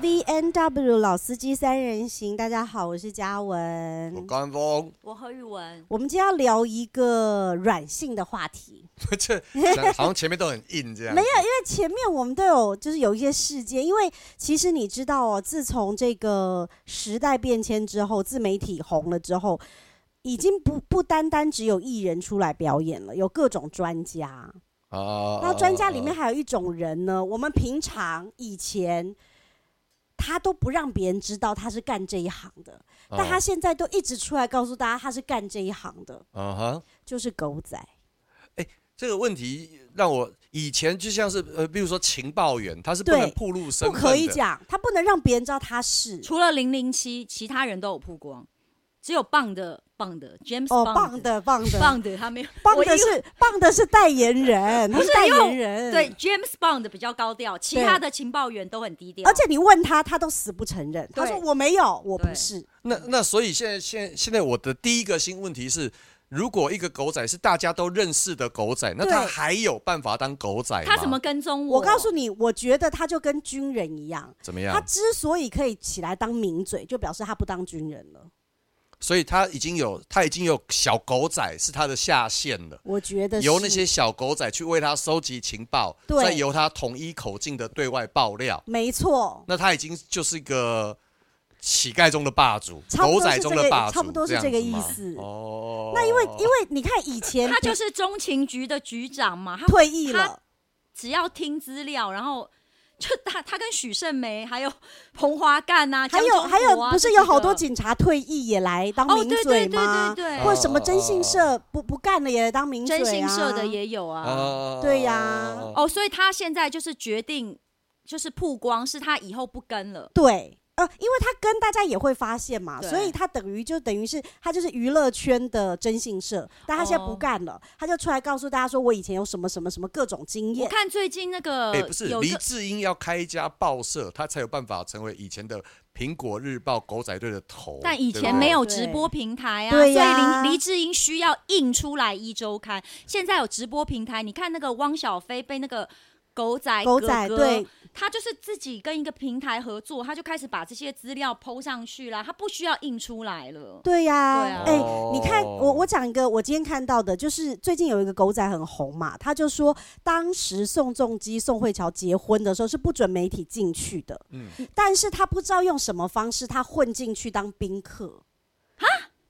V N W 老司机三人行，大家好，我是嘉我文。干风，我和玉文，我们今天要聊一个软性的话题， 这 好像前面都很硬这样。没有，因为前面我们都有就是有一些事件，因为其实你知道哦，自从这个时代变迁之后，自媒体红了之后，已经不不单单只有艺人出来表演了，有各种专家。啊那专家里面还有一种人呢，我们平常以前他都不让别人知道他是干这一行的，哦但他现在都一直出来告诉大家他是干这一行的，啊哈，就是狗仔。这个问题让我以前就像是呃，比如说情报员，他是不对能暴露身不份的，可以讲，他不能让别人知道他是除了零零七，其他人都有曝光，只有棒的棒的 James 哦， Bond- 棒的棒的棒的他没有棒我的以为是棒的是代言人，他是代因为我言人。对，James Bond 比较高调，其他的情报员都很低调，而且你问他，他都死不承认，他说对我没有，我不对是。那那所以现在现现在我的第一个新问题是，如果一个狗仔是大家都认识的狗仔，那他对还有办法当狗仔吗？他怎么跟踪我告诉你，我觉得他就跟军人一样，怎么他样？之所以可以起来当名嘴，就表示他不当军人了。所以他已经有他已经有小狗仔是他的下线了。我觉得由是那些小狗仔去为他收集情报，对再由他统一口径的对外爆料，没错，那他已经就是一个乞丐中的霸主，差不多狗仔是这中个的霸主，差不多是这个样子吗意思哦，那因为因为你看以前他就是中情局的局长嘛，他退役他了，只要听资料，然后。就他，他跟许胜梅还有彭华干呐、啊，还有江中还有国啊不是这有几好多个警察退役也来当哦，名对嘴对对吗对？对，或者什么征哦信社不不干了也来当名嘴啊？征信社的也有啊，哦对呀哦，所以他现在就是决定，就是曝光是他以后不跟了。对。呃，因为他跟大家也会发现嘛，对所以他等于就等于是他就是娱乐圈的征信社，但他现在不哦干了，他就出来告诉大家说，我以前有什么什么什么各种经我验，看最近那个，呃哎，不是有一黎个智英要开一家报社，他才有办法成为以前的苹果日报狗仔队的头，但以前对不对没有直播平台啊，对所呀以林黎智英需要印出来一周刊。现在有直播平台，你看那个汪小菲被那个狗仔狗仔哥哥对，他就是自己跟一个平台合作，他就开始把这些资料剖上去啦，他不需要印出来了。对呀、对啊哎、你看哦我我讲一个，我今天看到的，就是最近有一个狗仔很红嘛，他就说当时宋仲基、宋慧乔结婚的时候是不准媒体进去的，嗯但是他不知道用什么方式，他混进去当宾客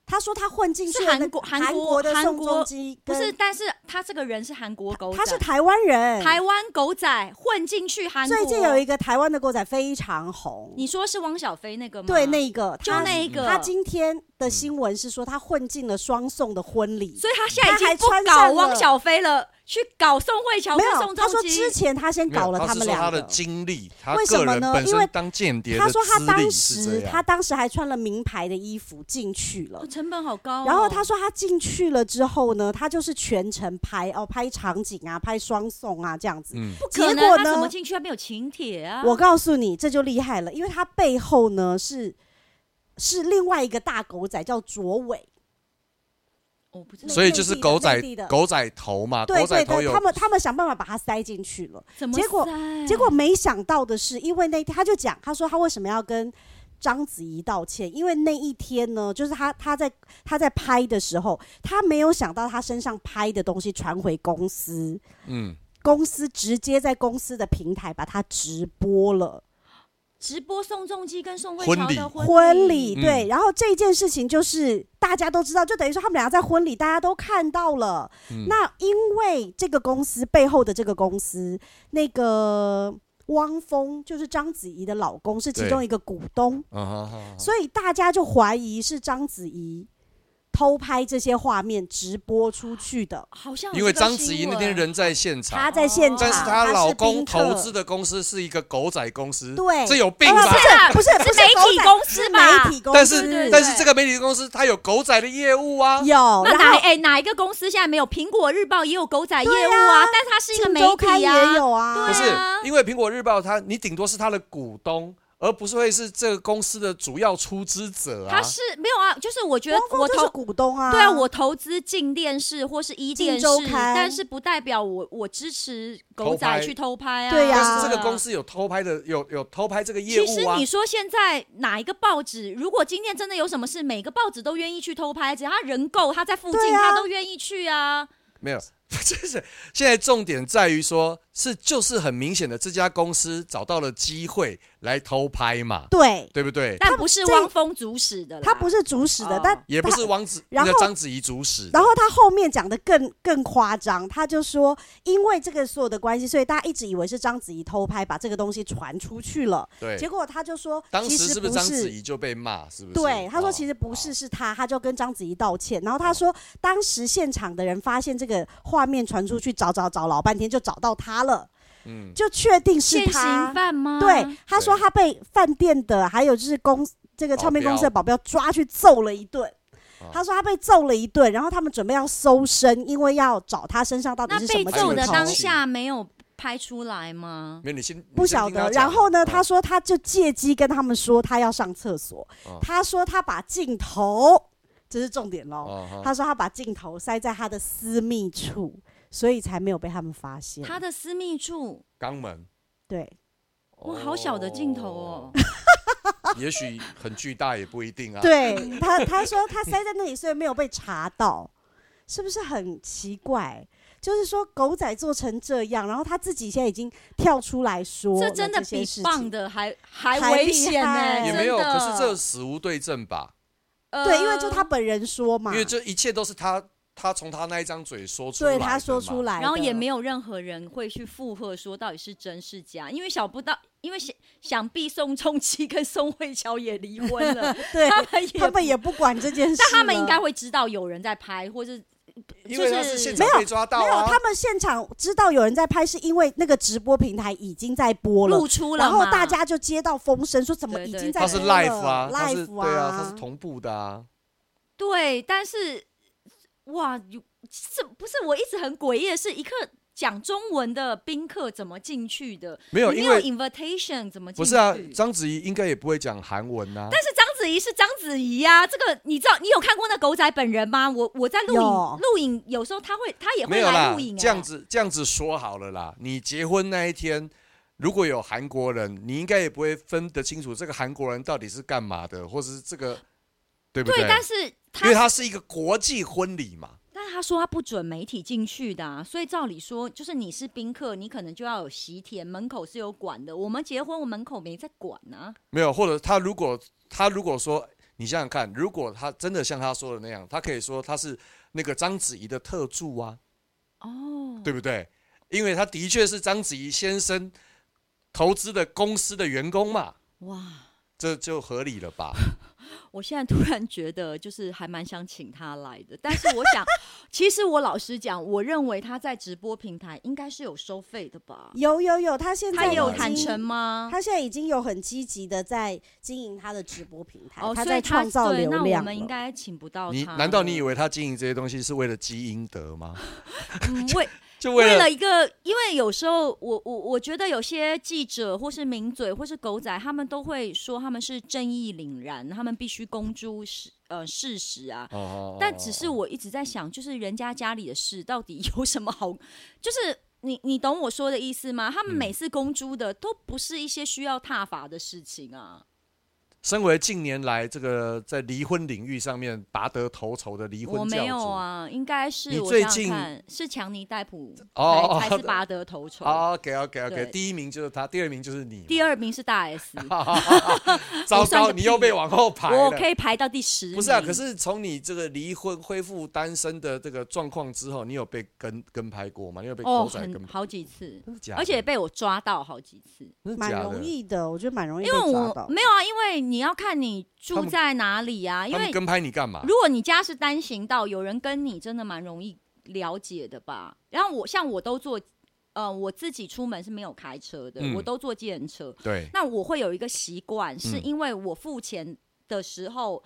他说他混进去是了那韩国韩韩国国的韩宋国仲基不跟，是，但是他这个人是韩国狗仔，他是台湾人。台湾狗仔混进去韩国。最近有一个台湾的狗仔非常红，你说是汪小菲那个吗？对那个就他那一个，他今天嗯的新闻是说他混进了双宋的婚礼，所以他现在已他还经不穿上搞了汪小菲了，去搞宋慧乔没跟有，宋他仲说之基。前他先没有搞了他他是们说两他的个。经历，他为什个么人呢本因为身当间谍他的说他资历当是这时样他当时还穿了名牌的衣服进去了哦，成本好高哦、然后他说他进去了之后呢，他就是全程拍哦，拍场景啊，拍双送啊这样子。嗯不结可能，果他呢怎么进去？他没有请帖啊！我告诉你，这就厉害了，因为他背后呢是是另外一个大狗仔叫卓伟，我哦不知道所以就是狗仔内地的狗仔头嘛，对啊狗对仔头对，有他们他们想办法把他塞进去了。怎么结果塞结果没想到的是，因为那天他就讲，他说他为什么要跟章子怡道歉，因为那一天呢，就是他他在他在拍的时候，他没有想到他身上拍的东西传回公司，嗯，公司直接在公司的平台把它直播了直播宋仲基跟宋慧乔的婚婚婚礼，对，嗯然后这件事情就是大家都知道，就等于说他们俩在婚礼大家都看到了。嗯那因为这个公司背后的这个公司，那个汪峰就是章子怡的老公，是其对嗯中一个股东，啊哈哈哈所以大家就怀疑是章子怡。偷拍这些画面直播出去的。好像有因为这个章子怡新那闻天人在现场她，在现场，但是她是老公宾客投资的公司是一个狗仔公司，对这有病哦吧？不是不是是媒体狗仔公司是吧媒体公司，对但是对但是这个媒体公司它有狗仔的业务啊，有那哦然哪后哎、哪一个公司现在没有？苹果日报也有狗仔业务对啊，啊但它是一个镜媒周刊体也啊。有啊，不是啊，因为苹果日报它，你顶多是它的股东，而不是会是这个公司的主要出资者啊它。是没有啊，就是我觉得官方我就是投股东啊，对啊，我投资进电视或是一电视进周，刊但是不代表我我支持狗偷仔拍去偷拍啊。对啊但是这个公司有偷拍的，有有偷拍这个业其实务啊你。说现在哪一个报纸，如果今天真的有什么事，每个报纸都愿意去偷拍，只要他人够，他在附近，对啊他都愿意去啊。没有， 就是现在重点在于说，是就是很明显的这家公司找到了机会来偷拍嘛，对，对不对？但不是这汪峰主使的啦，他不是主使哦的，但也不他是王子然那后个章子怡主使的然后他后面讲的更更夸张，他就说，因为这个所有的关系，所以大家一直以为是章子怡偷拍，把这个东西传出去了。对，结果他就说，当其时实是不不是章子怡就被骂？是不是？对，他说哦其实不是，。是他，他就跟章子怡道歉。然后他说，当时现场的人发现这个画面传出去，找找找老半天就找到他了，嗯，就确定是现行他。犯吗？对，他说他被饭店的，还有就是公这个保唱片公司的保镖抓去揍了一顿哦。他说他被揍了一顿，然后他们准备要搜身，因为要找他身上到底那是什被么这揍镜的头。当下没有拍出来吗？哦没有，你先不晓得，然后呢，他说他就借机跟他们说他要上厕所哦。他说他把镜头，这是重点喽。说他说他把镜头塞在他的私密处，所以才没有被他们发现。他的私密处，肛门，对，哇，好小的镜头哦。也许很巨大也不一定啊。， 对他，他说他塞在那里，所以没有被查到，是不是很奇怪？就是说狗仔做成这样，然后他自己现在已经跳出来说这了真的些比事棒情的还还还危厉险害呢，也真没有。的可是这死无对证吧？呃对，因为就他本人说嘛因，为这一切都是他他从他那一张嘴说出来，对他说出。来的，然后也没有有任何人会去附和说到底是真是假，因为想不到，因为想想必宋仲基跟宋慧乔也离婚了， 对他们也他们也不管这件事了，但他们应该会知道有人在拍，或是因为他是现场没有被抓到没有，啊他，们现场知道有人在拍，是因为那个直播平台已经在播了露，出了然嘛，后大家就接到风声说怎么对已对经在他播是了 live 啊，他是，live 对啊，他是同步的啊。对，但是哇，有这不是我一直很诡异的是，一个讲中文的宾客怎么进去的？没有，你没因有为 invitation 怎么进去？不是啊，章子怡应该也不会讲韩文啊。但是章子怡是章子怡啊，这个你知道，你有看过那狗仔本人吗？我我在录影有录影，有时候他会他也没会有来啦录影、，啊这样，子这样子说好了啦。你结婚那一天，如果有韩国人，你应该也不会分得清楚这个韩国人到底是干嘛的，或者是这个对不欸对，但是因为他它是一个国际婚礼嘛。但他说他不准媒体进去的、啊，所以照理说，就是你是宾客，你可能就要有席田，门口是有管的。我们结婚，我门口没在管啊。没有，或者他如果他如果说，你想想看，如果他真的像他说的那样，他可以说他是那个章子怡的特助啊，哦，对不对？因为他的确是章子怡先生投资的公司的员工嘛，哇。这就合理了吧？我现在突然 觉得，就是还蛮想请他来的，但是我 想，其实我老实讲，我认为他在直播平台应该是有收费的吧？有有有，他现他在也有已坦经诚吗？他现在已经有很积极的在经营他的直播平台，哦，所在以他创造对流那量我了。们应该请不到你他。难道你以为、为他经营这些东西是为了积阴 德吗？ 嗯、为就为了了一个？因为有时候我我我觉得有些记者或是名嘴或是狗仔，他们都会说他们是正义凛然，他们必须公诸事呃事实啊。哦哦哦但只是我一直在想，就是人家家里的事到底 有什么好？就是你你懂我说的意思吗？他们嗯每次公诸的都不是一些需要踏伐的事情啊。身为近年来这个在离婚领域上面拔得头筹的离婚我教主，没有啊，应该是你我最想想近看是强尼戴普才哦哦才是拔得头筹，啊，OK OK OK，对第一名就是他，第二名就是你嘛。第二名是大 S， 糟我算糕，个屁你又被往后排我了。可以排到第十名。不是啊，可是从你这个离婚恢复单身的这个状况之后，你有被跟跟拍过吗？你有被哦，狗仔跟很拍？好几次，真的假的？而且被我抓到好几次。真的蛮假的容易的，我觉得蛮容易因被为抓我到。没有啊，因为你要看你他住们在哪里啊，因他为们跟拍你干嘛？如果你家是单行道，有人跟你真的蛮容易了解的吧？然后我像我都坐，呃，我自己出门是没有开车的，嗯我都坐计程车。对，那我会有一个习惯，是嗯因为我付钱的时候，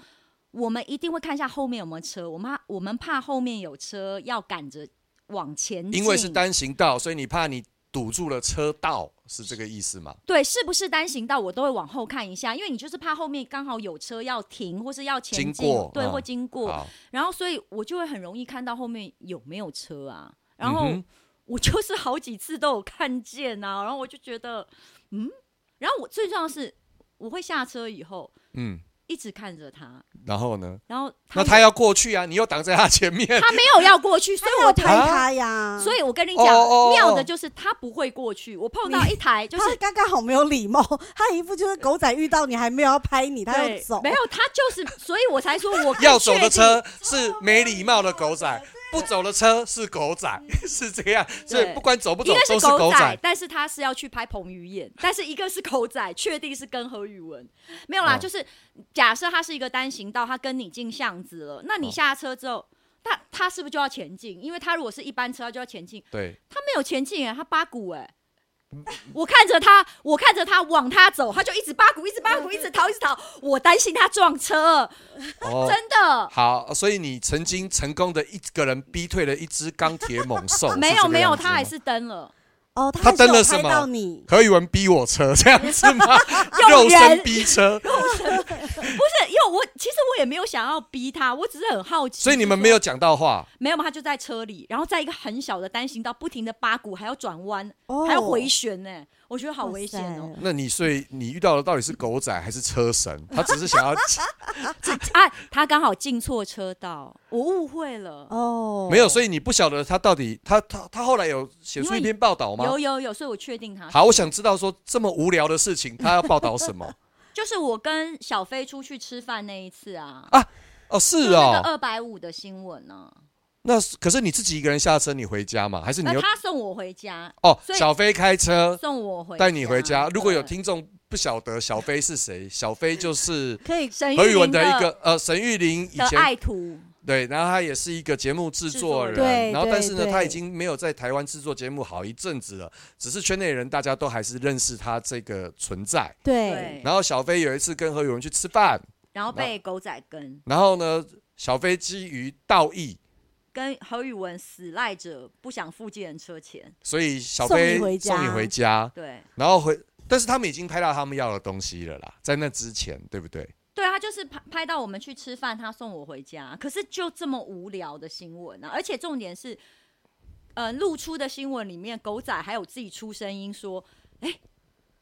我们一定会看一下后面有没有车，我们怕我们怕后面有车要赶着往前进，因为是单行道，所以你怕你堵住了车道，是这个意思吗？对，是不是单行道我都会往后看一下，因为你就是怕后面刚好有车要停或是要前经进，过对，嗯或经过，好，然后所以我就会很容易看到后面有没有车啊，然后嗯哼我就是好几次都有看见啊，然后我就觉得，嗯，然后我最重要的是我会下车以后嗯，一直看着他，然后呢？然后他那他要过去啊，你又挡在他前面。他没有要过去，所他以要我拍才。他呀，所以以我跟你哦讲，哦哦妙的就是他不会过去，我碰到一台就是他刚刚好没有礼貌，他一副就是狗仔遇到你还没有要拍你，他要对，走没。有他就是，所以我才说 我更要走的确定车是没礼貌的 狗仔，不走的车是狗仔， 是这样。所以不管走不一走个都是狗仔仔，。但是他是要去拍彭于晏， 但是一个是狗仔，确定是跟何宇文没有啦，哦就是假设他是一个单行道，他跟你进巷子了，那你哦下车之后，他他是不是就要前进？因为他如果是一般车，他就要前进， 对，他没有前进哎、他八股哎、嗯我看着他，我看着他往他走，他就一直八股，一直嗯八股，一直逃，一直逃。我担心他撞车，哦，真的。好，所以你曾经成功的一个人逼退了一只钢铁猛兽， 没是这有个没有，样子他还吗是登了。哦，他他还是登了有什拍么到你，何宇文逼我车这样子吗？ 用肉人身 逼车，对，因为我其实我也没有想要逼他，我只是很好奇。所以你们就是说没有讲到话。没有嘛？他就在车里，然后在一个很小的单行道，不停的八股，还要转弯，哦还要回旋呢、我觉得好危险哦、哇塞那你所以你遇到的到底是狗仔还是车神？他只是 想要啊，他刚好进错车道，我误会了。哦，没有，所以你不晓得他到底他他他后来有写出一篇报道吗有？有有，所以我确定他是好，我想知道说这么无聊的事情，他要报道 什么？就是我跟小飞出去吃饭那一次啊，哦，是就那个哦，二百五的新闻呢、那是可是你自己一个人下车，你回家嘛？还是你那又他送我回家，哦？啊所以小飞开车送我回带你回家。家。如果有对啊听众不晓得小飞是谁，小飞就是可以沈玉何宇文琳的的一个呃沈玉琳以啊的前爱徒，对，然后他也是一个节目制作制作人，人然后对但是呢，对他已经没有在台湾制作节目好一阵子了，只是圈内人大家都还是认识他这个存在。对对，然后小飞有一次跟何宇文去吃饭，然后被狗仔跟然后呢，小飞基于道义，跟何宇文死赖着不想付计程车钱，所以小送飞你回家送你回家，对。然后回，但是他们已经拍到他们要的东西了啦，在那之前，对不对？对啊他就是拍拍到我们去吃饭，他送我回家，可是就这么无聊的新闻啊！而且重点是，呃，露出的新闻里面，狗仔还有自己出声音说：“哎、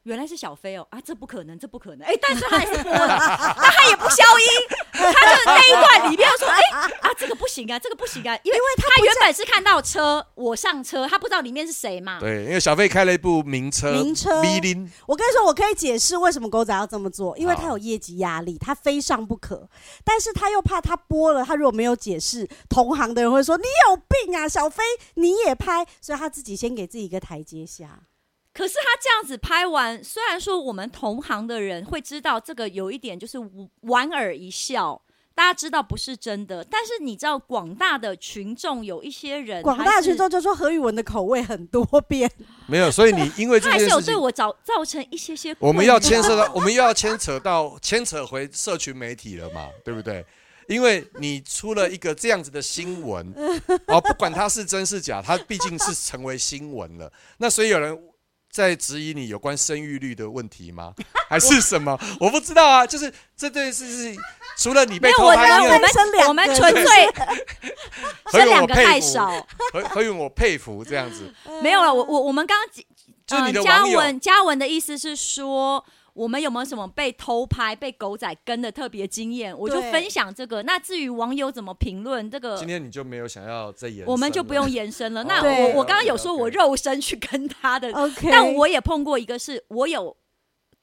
原来是小飞哦啊，这不可能，这不可能！”哎、 但是他还是播了，但他也不消音，他就那一段里面说：“哎、啊，这个不行啊，这个不行啊，因为他原本是看到车，我上车，他不知道里面是谁嘛。”对，因为小飞开了一部名车，名车 V 零，我跟你说，我可以解释为什么狗仔要这么做，因为好他有业绩压力，他非上不可。但是他又怕他播了，他如果没有解释，同行的人会说你有病啊，小飞你也拍，所以他自己先给自己一个台阶下。可是他这样子拍完，虽然说我们同行的人会知道这个有一点就是莞尔一笑，大家知道不是真的，但是你知道广大的群众有一些人，广大群众就说何宇文的口味很多变，没有，所以你因为这他还是件有事对情，我造造成一些些困扰，我们要牵涉到， 我们又要牵扯到，牵扯回社群媒体了嘛，对不对？因为你出了一个这样子的新闻， 哦，不管它是真是假，它毕竟是成为新闻了。那所以有人在质疑你有关生育率的问 题吗？还是什么？我不知道啊。就是这对事情，除了你没被有偷我拍，们因我为们生两个我们纯粹何生勇两我个佩太服，少，何何勇我佩服这样子。没有了。我我我们刚刚就是你的嘉网友文嘉文的意思是说，我们有没有什么被偷拍、被狗仔跟的特别经验？我就对分享这个。那至于网友怎么评论这个今，天你就没有想要再演，呃我们就不用延伸了。那对我我刚刚有说我哦 OK，OK 肉身去跟他的，OK，但我也碰过一个是，我有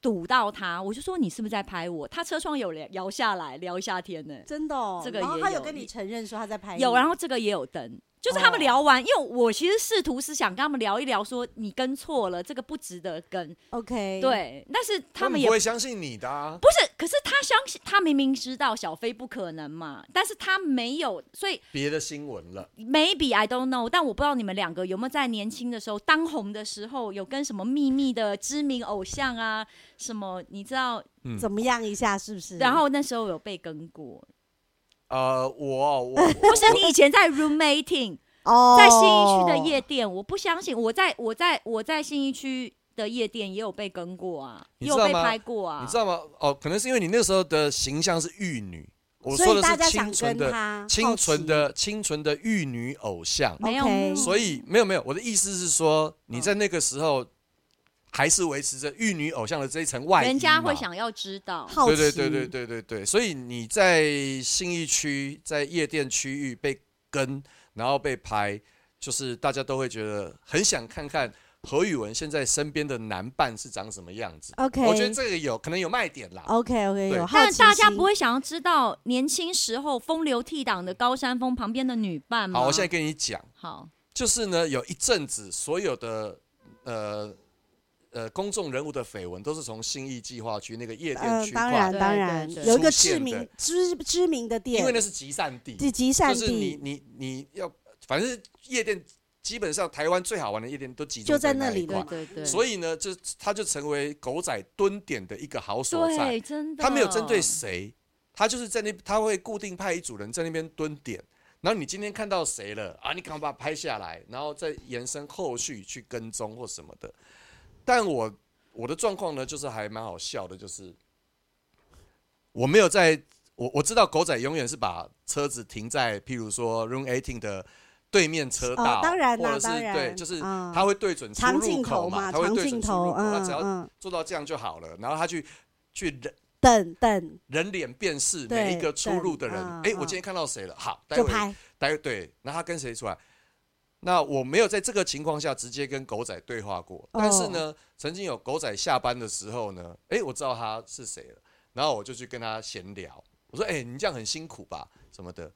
堵到他，我就说你是不是在拍我？他车窗有摇下来聊一下天呢、真的、哦，这个然后也他有有跟你承认说他在拍你，有，然后这个也有灯，就是他们哦聊完，因为我其实试图是想跟他们聊一聊，说你跟错了，这个不值得跟。 OK，，对，但是他们也不会相信你的、啊。不是，可是他相信，他明明知道小飞不可能嘛，但是他没有，所以别的新闻了， maybe I don't know，但我不知道你们两个有没有在年轻的时候、当红的时候，有跟什么秘密的知名偶像啊，什么你知道？怎么样一下是不是？然后那时候有被跟过，呃，我我 不是你以前在 roommating，哦，在新一区的夜店，我不相信，我在我在我在新一区的夜店也有被跟过啊，你也知道有吗被拍过啊，你知道吗？哦，可能是因为你那时候的形象是玉女，我所说以的大家是想清纯跟的、他清纯的、清纯的玉女偶像。没有 OK 所以没有没有，我的意思是说，你嗯在那个时候还是维持着玉女偶像的这一层外衣嘛人家会想要知道，好奇，对对对对对对对，所以你在信义区在夜店区域被跟，然后被拍，就是大家都会觉得很想看看何宇文现在身边的男伴是长什么样子。 OK 哦我觉得这个有可能有卖点啦。 OK OK，对有好但奇大家心不会想要知道年轻时候风流倜傥的高山峰旁边的女伴嗯吗？好，我现在跟你讲，好就是呢，有一阵子所有的呃呃公众人物的绯闻都是从信义计划区那个夜店嗯，区当块，然对当对然，对有一个出知现的名知知名的店，因为那是集散地。集集散就是你地你你要，反正是夜店基本上台湾最好玩的夜店都集中就在那那里一了块，对对所以呢，就它就成为狗仔蹲点的一个好所在对，。真的，他没有针对谁，他就是在那，他会固定派一组人在那边蹲点。然后你今天看到谁了啊？你赶快把它拍下来，然后再延伸后续去跟踪或什么的。但我我的状况呢，就是还蛮好笑的，就是我没有在，我我知道狗仔永远是把车子停在，譬如说 Room Eighteen 的对面车道，哦当然啦或者是当然对，就是嗯他会对准出长入镜头口嘛，他会长对镜准出入头，口，他嗯只要嗯，做到这样就好了。然后他去去人等等人脸辨识对每一个出入的人对嗯。哎、嗯我今天看到谁了？好，待就会拍，待会对，那他跟谁出来？那我没有在这个情况下直接跟狗仔对话过，哦但是呢，曾经有狗仔下班的时候呢，哎、我知道他是谁了，然后我就去跟他闲聊，我说：“哎、你这样很辛苦吧？什么的。”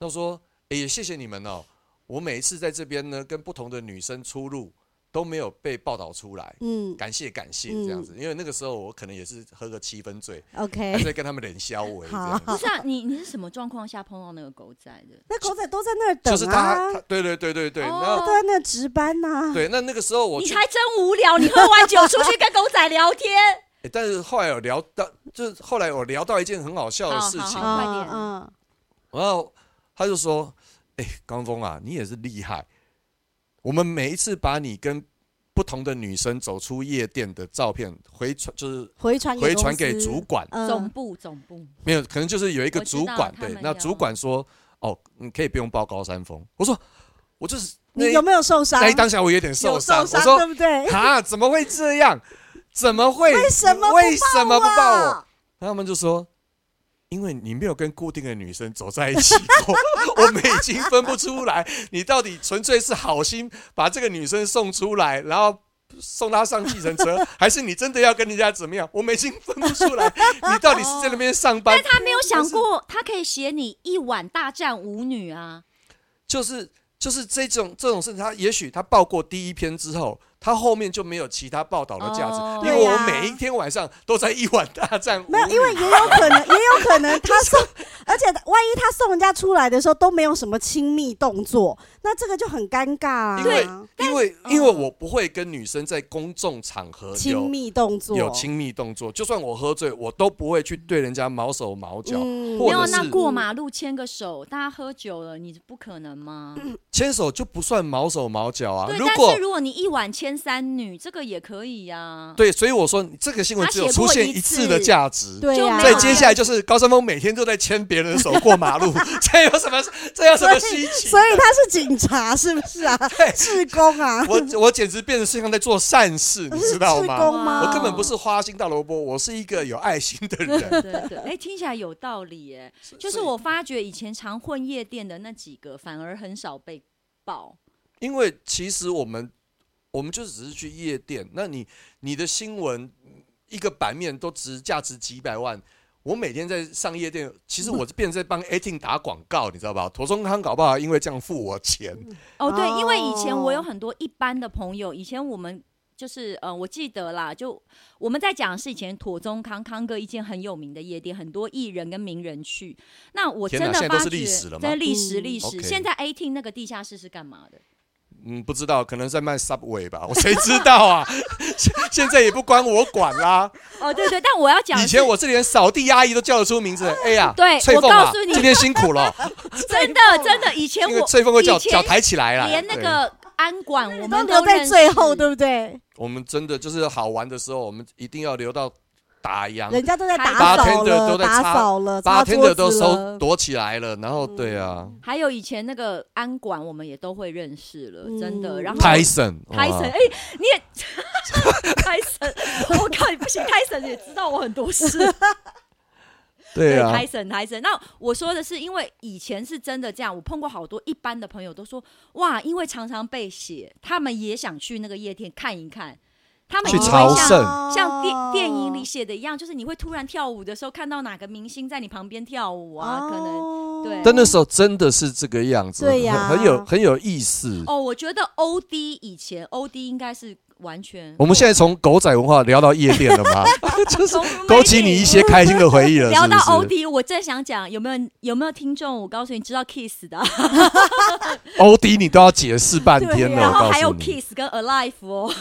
他说：“哎、也谢谢你们哦，我每一次在这边呢，跟不同的女生出入都没有被报道出来，嗯感谢感谢这样子，因为那个时候我可能也是喝个七分醉，还 ，OK。在跟他们脸消围哎这好样不子。是啊，你你是什么状况下碰到那个狗仔的？那狗仔都在那儿等啊，就是他，他对对对对对，哦都那在那儿值班呐、对那那个时候我你去，才真无聊！你喝完酒出去跟狗仔聊 天，诶哎但是后来有聊到，就是后来我聊到一件很好笑的事情好好好嗯嘛，啊快点嗯，然后他就说：“哎，刚峰啊，你也是厉害，我们每一次把你跟不同的女生走出夜店的照片回传，就是回传回公传给司主，管，嗯总部总部，没有，可能就是有一个我知主道管他对们，那要主管说：哦，你可以不用报高山峰。我说我就是那你有没有受伤？那一当下我有点受有伤，受伤我说对不对？ 啊，怎么会这样？怎么会？为什么为什么不抱抱我啊？他们就说，因为你没有跟固定的女生走在一起过， 我们已经分不出来，你到底纯粹是好心把这个女生送出来，然后。送她上计程车，还是你真的要跟人家怎么样？我们已经分不出来，你到底是在那边上班 但，他没有想过，他可以写你一晚大战舞女啊！就是就是这种这种事，他也许他报过第一篇之后，他后面就没有其他报道的价值，哦因为对我啊每一天晚上都在一晚大战。没有，因为也有可能，也有可能他 送，而且万一他送人家出来的时候都没有什么亲密动作，那这个就很尴尬啊。因为因为因嗯为我不会跟女生在公众场合亲有密动作有亲密动作，就算我喝醉，我都不会去对人家毛手毛脚，嗯没或有，啊者那是过马路牵个手，大家喝酒了，你不可能吗？牵手就不算毛手毛脚啊。对，嗯如但果是如果你一晚牵三女，这个也可以呀、对，所以我说这个新闻他只有写出过现一一次次的价值。对就啊呀、没再有接下来就是高山峰每天都在牵别人的手过马路，这有什么这有什么稀奇？所以他是警察是不 是啊？志工啊，我我简直变成是像在做善事，你知道是志吗？工啊吗？我根本不是花心大萝卜，我是一个有爱心的 人。对对，哎，听起来有道理耶。就是所以我发觉以前常混夜店的那几个，反而很少被爆。因为其实我们我们就只是去夜店，那你你的新闻一个版面都值价值几百万，我每天在上夜店，其实我变成在帮 A Team 打广告，你知道吧？陀中康搞不好因为这样付我钱，哦，对，因为以前我有哦很多一般的朋友，以前我们就是呃，我记得啦，就我们在讲的是以前妥中康康哥一间很有名的夜店，很多艺人跟名人去。那我天真哪的现在发都觉，是历史了吗真的历史嗯历史。 OK 现在 A T 那个地下室是干嘛的？嗯，不知道，可能在卖 Subway 吧，我谁知道啊？ 现现在也不关我管啦。哦，对对，但我要讲的以是，啊前我是连扫地阿姨都叫得出名字的，哎呀，对翠我凤啊告诉，你今天辛 苦了，真的真的，以前因为我翠凤会脚以前脚抬起来了，连那对个安管我们都留在认最识后，对不对？我们真的就是好玩的时候，我们一定要留到打烊，人家都在开打扫 bartender 了，都在打擦扫了，八擦天桌的子都收了。躲起来了，然后对啊还有以前那个安管，我们也都会认识了，真的。嗯然后，Tyson，泰森，哇哎、你 也泰森，我靠，你不行，泰森也知道我很多事。对啊泰，森，泰森。那我说的是，因为以前是真的这样，我碰过好多一般的朋友都说，哇，因为常常被写，他们也想去那个夜店看一看，他们去以为朝像圣像哦电电影里写的一样，就是你会突然跳舞的时候看到哪个明星在你旁边跳舞啊，可能能对但那时候真的是这个样子，对呀很很有很有意思。哦，我觉得 O D 以前 O D 应该是完全，我们现在从狗仔文化聊到夜店了吗？就是哦 勾起你一些开心的回忆 了，聊到是不 OD，我正想讲有没有有没有听众，我告诉你知道 Kiss 的啊，是？O D 你都要解释半天对啊了，然我后告还有诉你。 Kiss 跟 Alive 哦，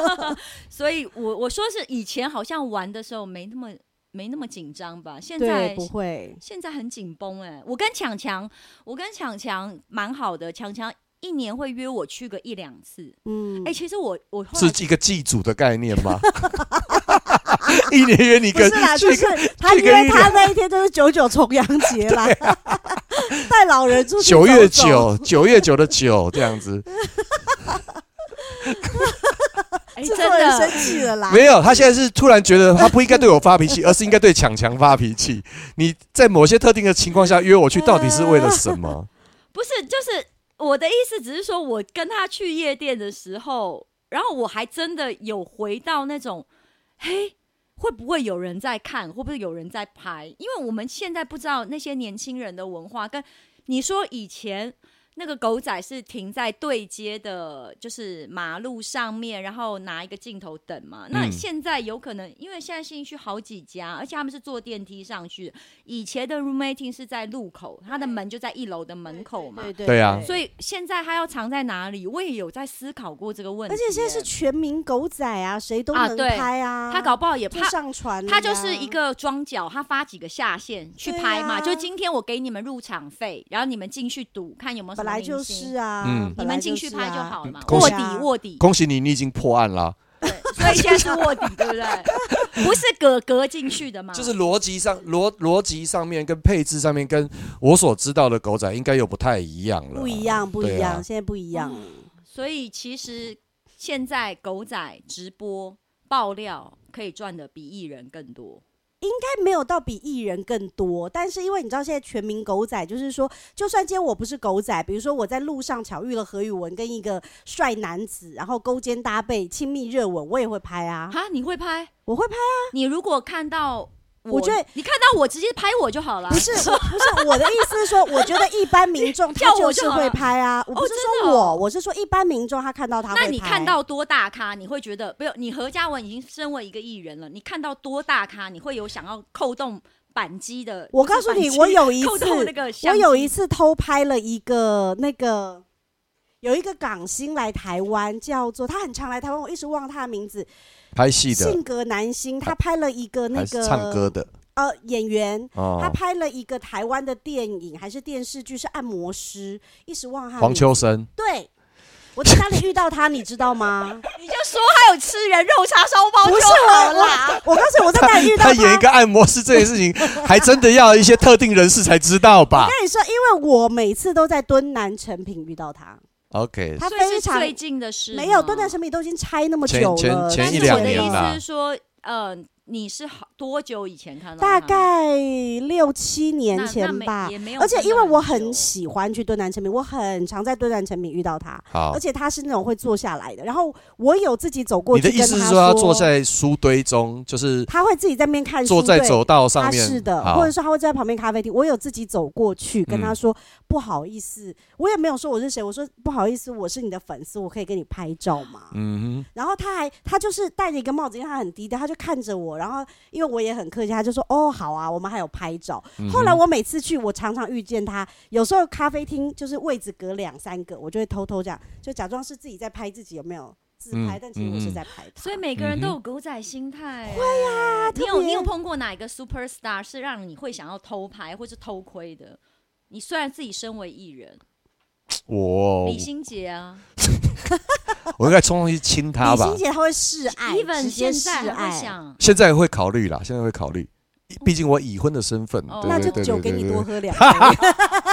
所以我我说是以前好像玩的时候没那么没那么紧张吧，现对在不会，现在很紧绷哎，我跟强强，我跟强强蛮好的，强强一年会约我去个一两次，嗯哎、，其实我我后来是一个祭祖的概念 吗？ 一年约你一不个是啦，去就一是个他，去因个为医他疗啊那一天就是九九重阳节 啦， 带老人出去九月走走九，九月九 的九这样子，哎、制真作人的生气了啦，没有，他现在是突然觉得他不应该对我发脾气，而是应该对强强发脾 气。你在某些特定的情况下约我去，到底是为了什 么？不是，就是我的意思，只是说我跟他去夜店的时候，然后我还真的有回到那种，嘿，会不会有人在看？会不会有人在拍？因为我们现在不知道那些年轻人的文化，跟你说以前。那个狗仔是停在对街的，就是马路上面，然后拿一个镜头等嘛。那嗯现在有可能，因为现在新区好几家，而且他们是坐电梯上去。以前的 roommating 是在路口，它的门就在一楼的门口嘛。对对啊所以现在他要藏在哪里？我也有在思考过这个问题啊而耶。且现在是全民狗仔啊，谁都啊能对拍啊，他搞不好也就怕。上传了呀，他就是一个庄脚，他发几个下线去对拍嘛，啊就今天我给你们入场费，然后你们进去赌，看有没有什本么来明星，就是啊，嗯你本来们就进去是拍就啊好了嘛。恭卧喜底卧底，恭喜你，你已经破案了。所以现在是卧底，对不 对？不是格格进去的啊嘛，就是逻辑上逻逻辑上面跟配置上面跟我所知道的狗仔应该又不太一样了，不一。样，不一对啊样，现在不一样，所以其实现在狗仔直播爆料可以赚的比艺人更多。但没有到比艺人更多，但是因为你知道现在全民狗仔，就是说，就算今天我不是狗仔，比如说我在路上巧遇了何宇文跟一个帅男子，然后勾肩搭背、亲密热吻，我也会拍啊，啊，你会拍？我会拍。你如果看到我，我觉得你看到我直接拍我就好了。不是，我不是我的意思是说，我觉得一般民众他叫我就就是好会了拍啊，我不是真说的我，哦我是说一般民众他看到他会那拍。你看到多大咖，你会觉得不用？你何嘉文已经身为一个艺人了，你看到多大咖，你会有想要扣动扳机的？我告诉不是你扳，机我有一扣次，动那个我相有机一次偷拍了一个那个。有一个港星来台湾，叫做他很常来台湾，我一直忘他的名字。拍戏的性格男星，他拍了一个那还是个唱歌的呃演员，他哦，拍了一个台湾的电影还是电视剧，是按摩师，一时忘了他的黄名字秋生。对。我在哪里遇到他，你知道吗？ 你就说还有吃人肉叉烧包不就是好我啦。我告诉你，我在哪里遇到他演一个按摩师这件事 情，还真的要一些特定人士才知道吧跟你说，因为我每次都在敦南成品遇到他， ？OK，他所以非是常最近的事吗，没有敦南成品都已经拆那么前久前了，前但一是两我的年意啦思是说，嗯、你是好多久以前看到他大们？概六七年那那前没吧也没。有而且真的因为很我久很喜欢去敦南成品，我很常在敦南成品遇到他，好而，且他是那种会坐下来的。然后我有自己走过你去的跟意思是他说他坐，在书堆中，就是他会自己在那边看书，坐在对走道上他面？是的，好嗯或者说他会坐在旁边咖啡厅，我有自己走过去跟他说、不好意思，我也没有说我是谁，我说不好意思，我是你的粉丝，我可以跟你拍照吗？嗯然后他还他就是戴着一个帽子，因为他很低调，他就看着我，然后因为我也很客气，他就说哦好啊，我们还有拍照。哼，嗯哼后来我每次去，我常常遇见他，有时候咖啡厅就是位置隔两三个，我就会偷偷这样，就假装是自己在拍自己，有没有自拍？嗯但其实我是嗯嗯在拍他。所以每个人都嗯哼有狗仔心态、会呀、你特有你别有碰过哪一个 super star 是让你会想要偷拍或是偷窥的？你虽然自己身为艺人，我哦李心洁啊我应该冲上去亲他李吧心。姐她会示爱，even 直现接示在还会爱，想，现在会考虑啦，现在会考虑，毕竟我已婚的身份，哦对那对就对酒对给你对对多喝 两杯，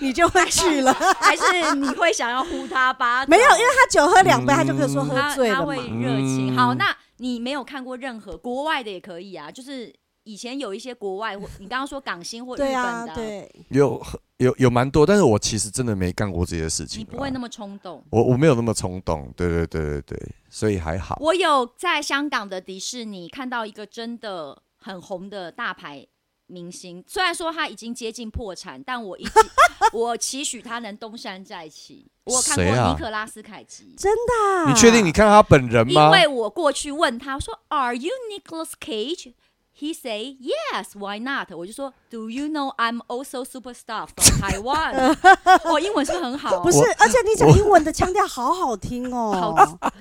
你就会去了。嗯还是你会想要呼他吧？没有，因为 他酒喝两杯，他就可以说喝他醉他了嘛会。热情。嗯好，那你没有看过任何国外的也可以啊，就是以前有一些国外，或你刚刚说港星或日本对的啊，啊，对，有有有蛮多，但是我其实真的没干过这些事情你啦。不会那么冲动。我我没有那么冲动，对对对对对，所以还好。我有在香港的迪士尼看到一个真的很红的大牌明星，虽然说他已经接近破产，但我一直 我期许他能东山再起。我有看过谁啊尼可拉斯凯奇。真的啊。你确定你看到他本人因吗？为我过去问他说，Are you Nicolas Cage？He say yes, why not？我就说，Do you know I'm also superstar from Taiwan？我、 英文是不是很好不，是我？而且你讲我英文的腔调好好听哦。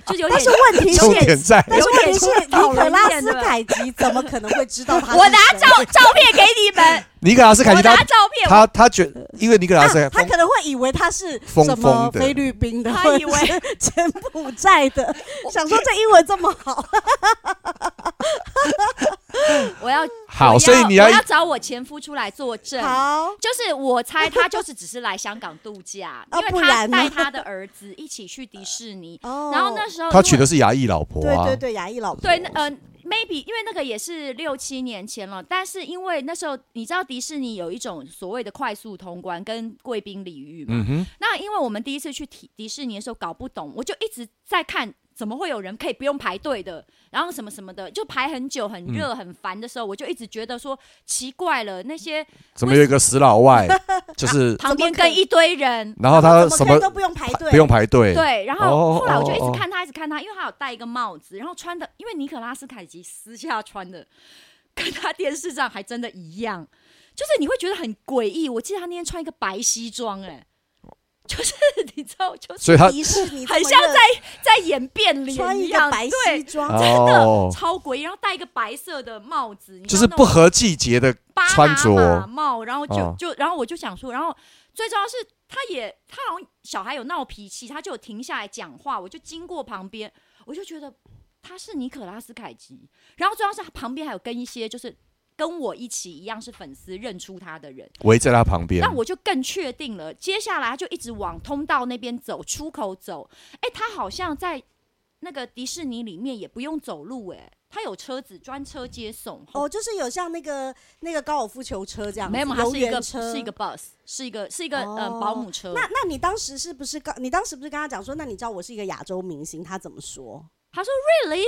就是有但是点。问题是 重，点在但是问题是，有点尼可拉讨人厌斯的凯奇怎么可能会 知道他？我拿照照片给你们，尼克拉斯凯我奇拿他，照片，他他觉得，因为尼克拉斯凯啊，奇他可能会以为他是疯什疯么的菲律宾的，他或者以为是柬埔寨的，想说这英文这么好，我要好，我所以你要我要找我前夫出来作证。好，就是我猜他就是只是来香港度假， 啊因为不他然呢带他的儿子一起去迪士尼， 哦然后那时候他因为娶的是牙医老婆对啊，对对，牙医老婆，对，那呃，maybe 因为那个也是六七年前了，但是因为那时候你知道迪士尼有一种所谓的快速通关跟贵宾礼遇嘛，嗯哼，那因为我们第一次去迪迪士尼的时候搞不懂，我就一直在看。怎么会有人可以不用排队的？然后什么什么的，就排很久、很嗯热、很烦的时候，我就一直觉得说奇怪了，那些怎么有一个死老外， 就是，旁边怎么可跟一堆人，然后他什怎么么看都不用排队，不用排队，对，然哦后后来我就一哦直哦看他，一直看他，因为他有戴一个帽子，然后穿的，因为尼可拉斯凯奇私下穿的，跟他电视上还真的一样，就是你会觉得很诡异。我记得他那天穿一个白西装，哎， 就是你知道，就是所以他迪士尼这么很像热在在演变穿脸一样，个白西对，装，真的、哦，超诡异，然后戴一个白色的帽子，你知道就是那不种合季节的巴拿穿马着，帽，然后就、哦就然后我就想说，然后最重要是他也他好像小孩有闹脾气，他就有停下来讲话，我就经过旁边，我就觉得他是尼可拉斯凯奇，然后最重要是他旁边还有跟一些就是跟我一起一样是粉丝认出他的人，围在他旁边那。我就更确定了，接下来他就一直往通道那边走，出口走，哎、他好像在那个迪士尼里面也不用走路、哎，他有车子专车接送，好哦，就是有像那个那个高尔夫球车这样子，没有，它游是一个园车是一个 bus，是一个是一个哦呃保姆车。那那你当时是不是告？你当时不是跟他讲说，那你知道我是一个亚洲明星？他怎么说？他说 really，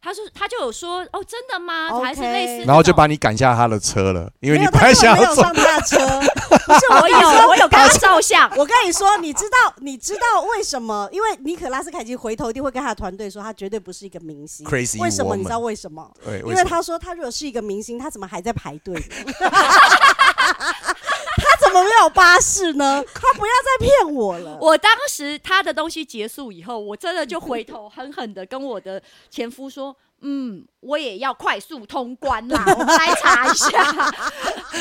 他说他就有说哦真的吗？ OK 还是类似这种，然后就把你赶下他的车了，因为没你有，本他来根想本没要有走。上他的车。，我有我有跟他照相我跟你说，你知道你知道为什么？因为尼可拉斯凯奇回头一定会跟他的团队说，他绝对不是一个明星。 Crazy 为什么？ woman 你知道为什么？ 对，因什为么他说他如果是一个明星，他怎么还在排队呢？ 他怎么没有巴士呢？他不要再骗我了。我当时他的东西结束以后，我真的就回头狠狠的跟我的前夫说。嗯，我也要快速通关啦，我们来查一下，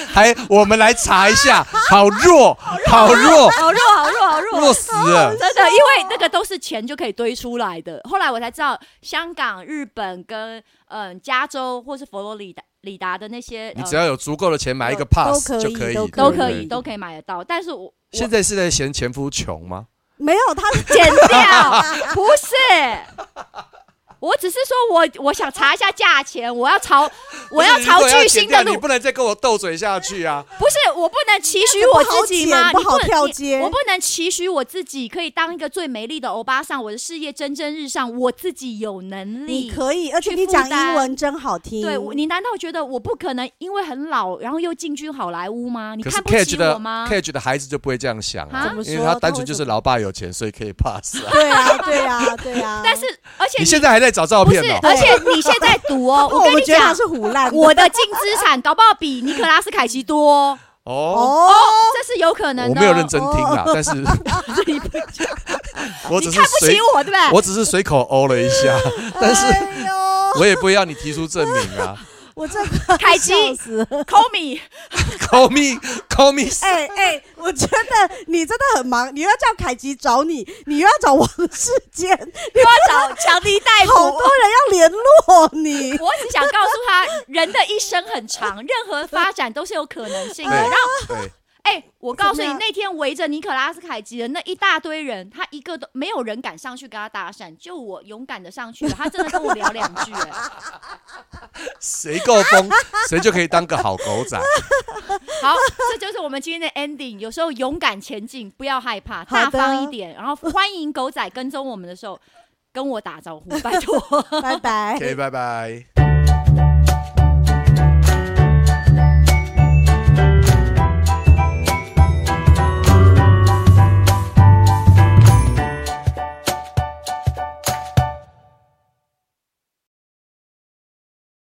还我们来查一下，好弱，好弱，好弱，好弱，好弱，弱死 了。真的，因为那个都是钱就可以堆出来的。后来我才知道，香港、日本跟嗯、加州或是佛罗里达里达的那些，你呃只要有足够的钱买一个 pass 都可就以以，都都对不可对以，都可以买得到。但是我现我 在是在嫌前夫穷吗？ 没有，他剪掉，不是。我只是说我我想查一下价钱，我要 朝我要不是朝如果巨剪星的掉路你，不能再跟我斗嘴下去啊！不是我不能期许我自己吗？不你好剪不好能跳你接我不能期许我自己可以当一个最美丽的欧巴桑，我的事业蒸蒸日上，我自己有能你力。可以，而且去你负讲英担文真好听。对我你难道觉得我不可能因为很老，然后又进军好莱坞吗？你可是看不 K 起觉我得吗？ K 觉得孩子就不会这样想啊啊怎，么因为说他他单会纯就怎是么老爸有钱，所以可以 pass 啊。对啊，对啊，对啊。 但是，而且你现在还在找照不是片哦呢，？而且你现在赌 哦，哦跟们你觉得他讲，是胡烂的。 我的净资产搞不好比尼可拉斯凯奇多哦，哦，哦，这是有可能的。我没有认真听啦， 但是我只你是看不随起我啊对不对？我只是随口哦了一下，但是哎呦，我也不会要你提出证明啊。我这个凯基笑死 了。 Call me， Call me, call me，哎哎，我觉得你真的很忙，你又要叫凯吉找你，你又要找王世坚，又要找强尼戴普。好多人要联络你。我只想告诉他，人的一生很长，任何发展都是有可能性的。然对后，对，哎、我告诉怎你么，样那天围着尼可拉斯凯奇的那一大堆人，他一个都没有人敢上去跟他搭讪，就我勇敢的上去了，他真的跟我聊两句、哎，谁够疯，谁就可以当个好狗仔。好，这就是我们今天的 ending。有时候勇敢前进，不要害怕，好大的方一点，然后欢迎狗仔跟踪我们的时候。跟我打招呼，拜托。拜拜。 OK，拜拜。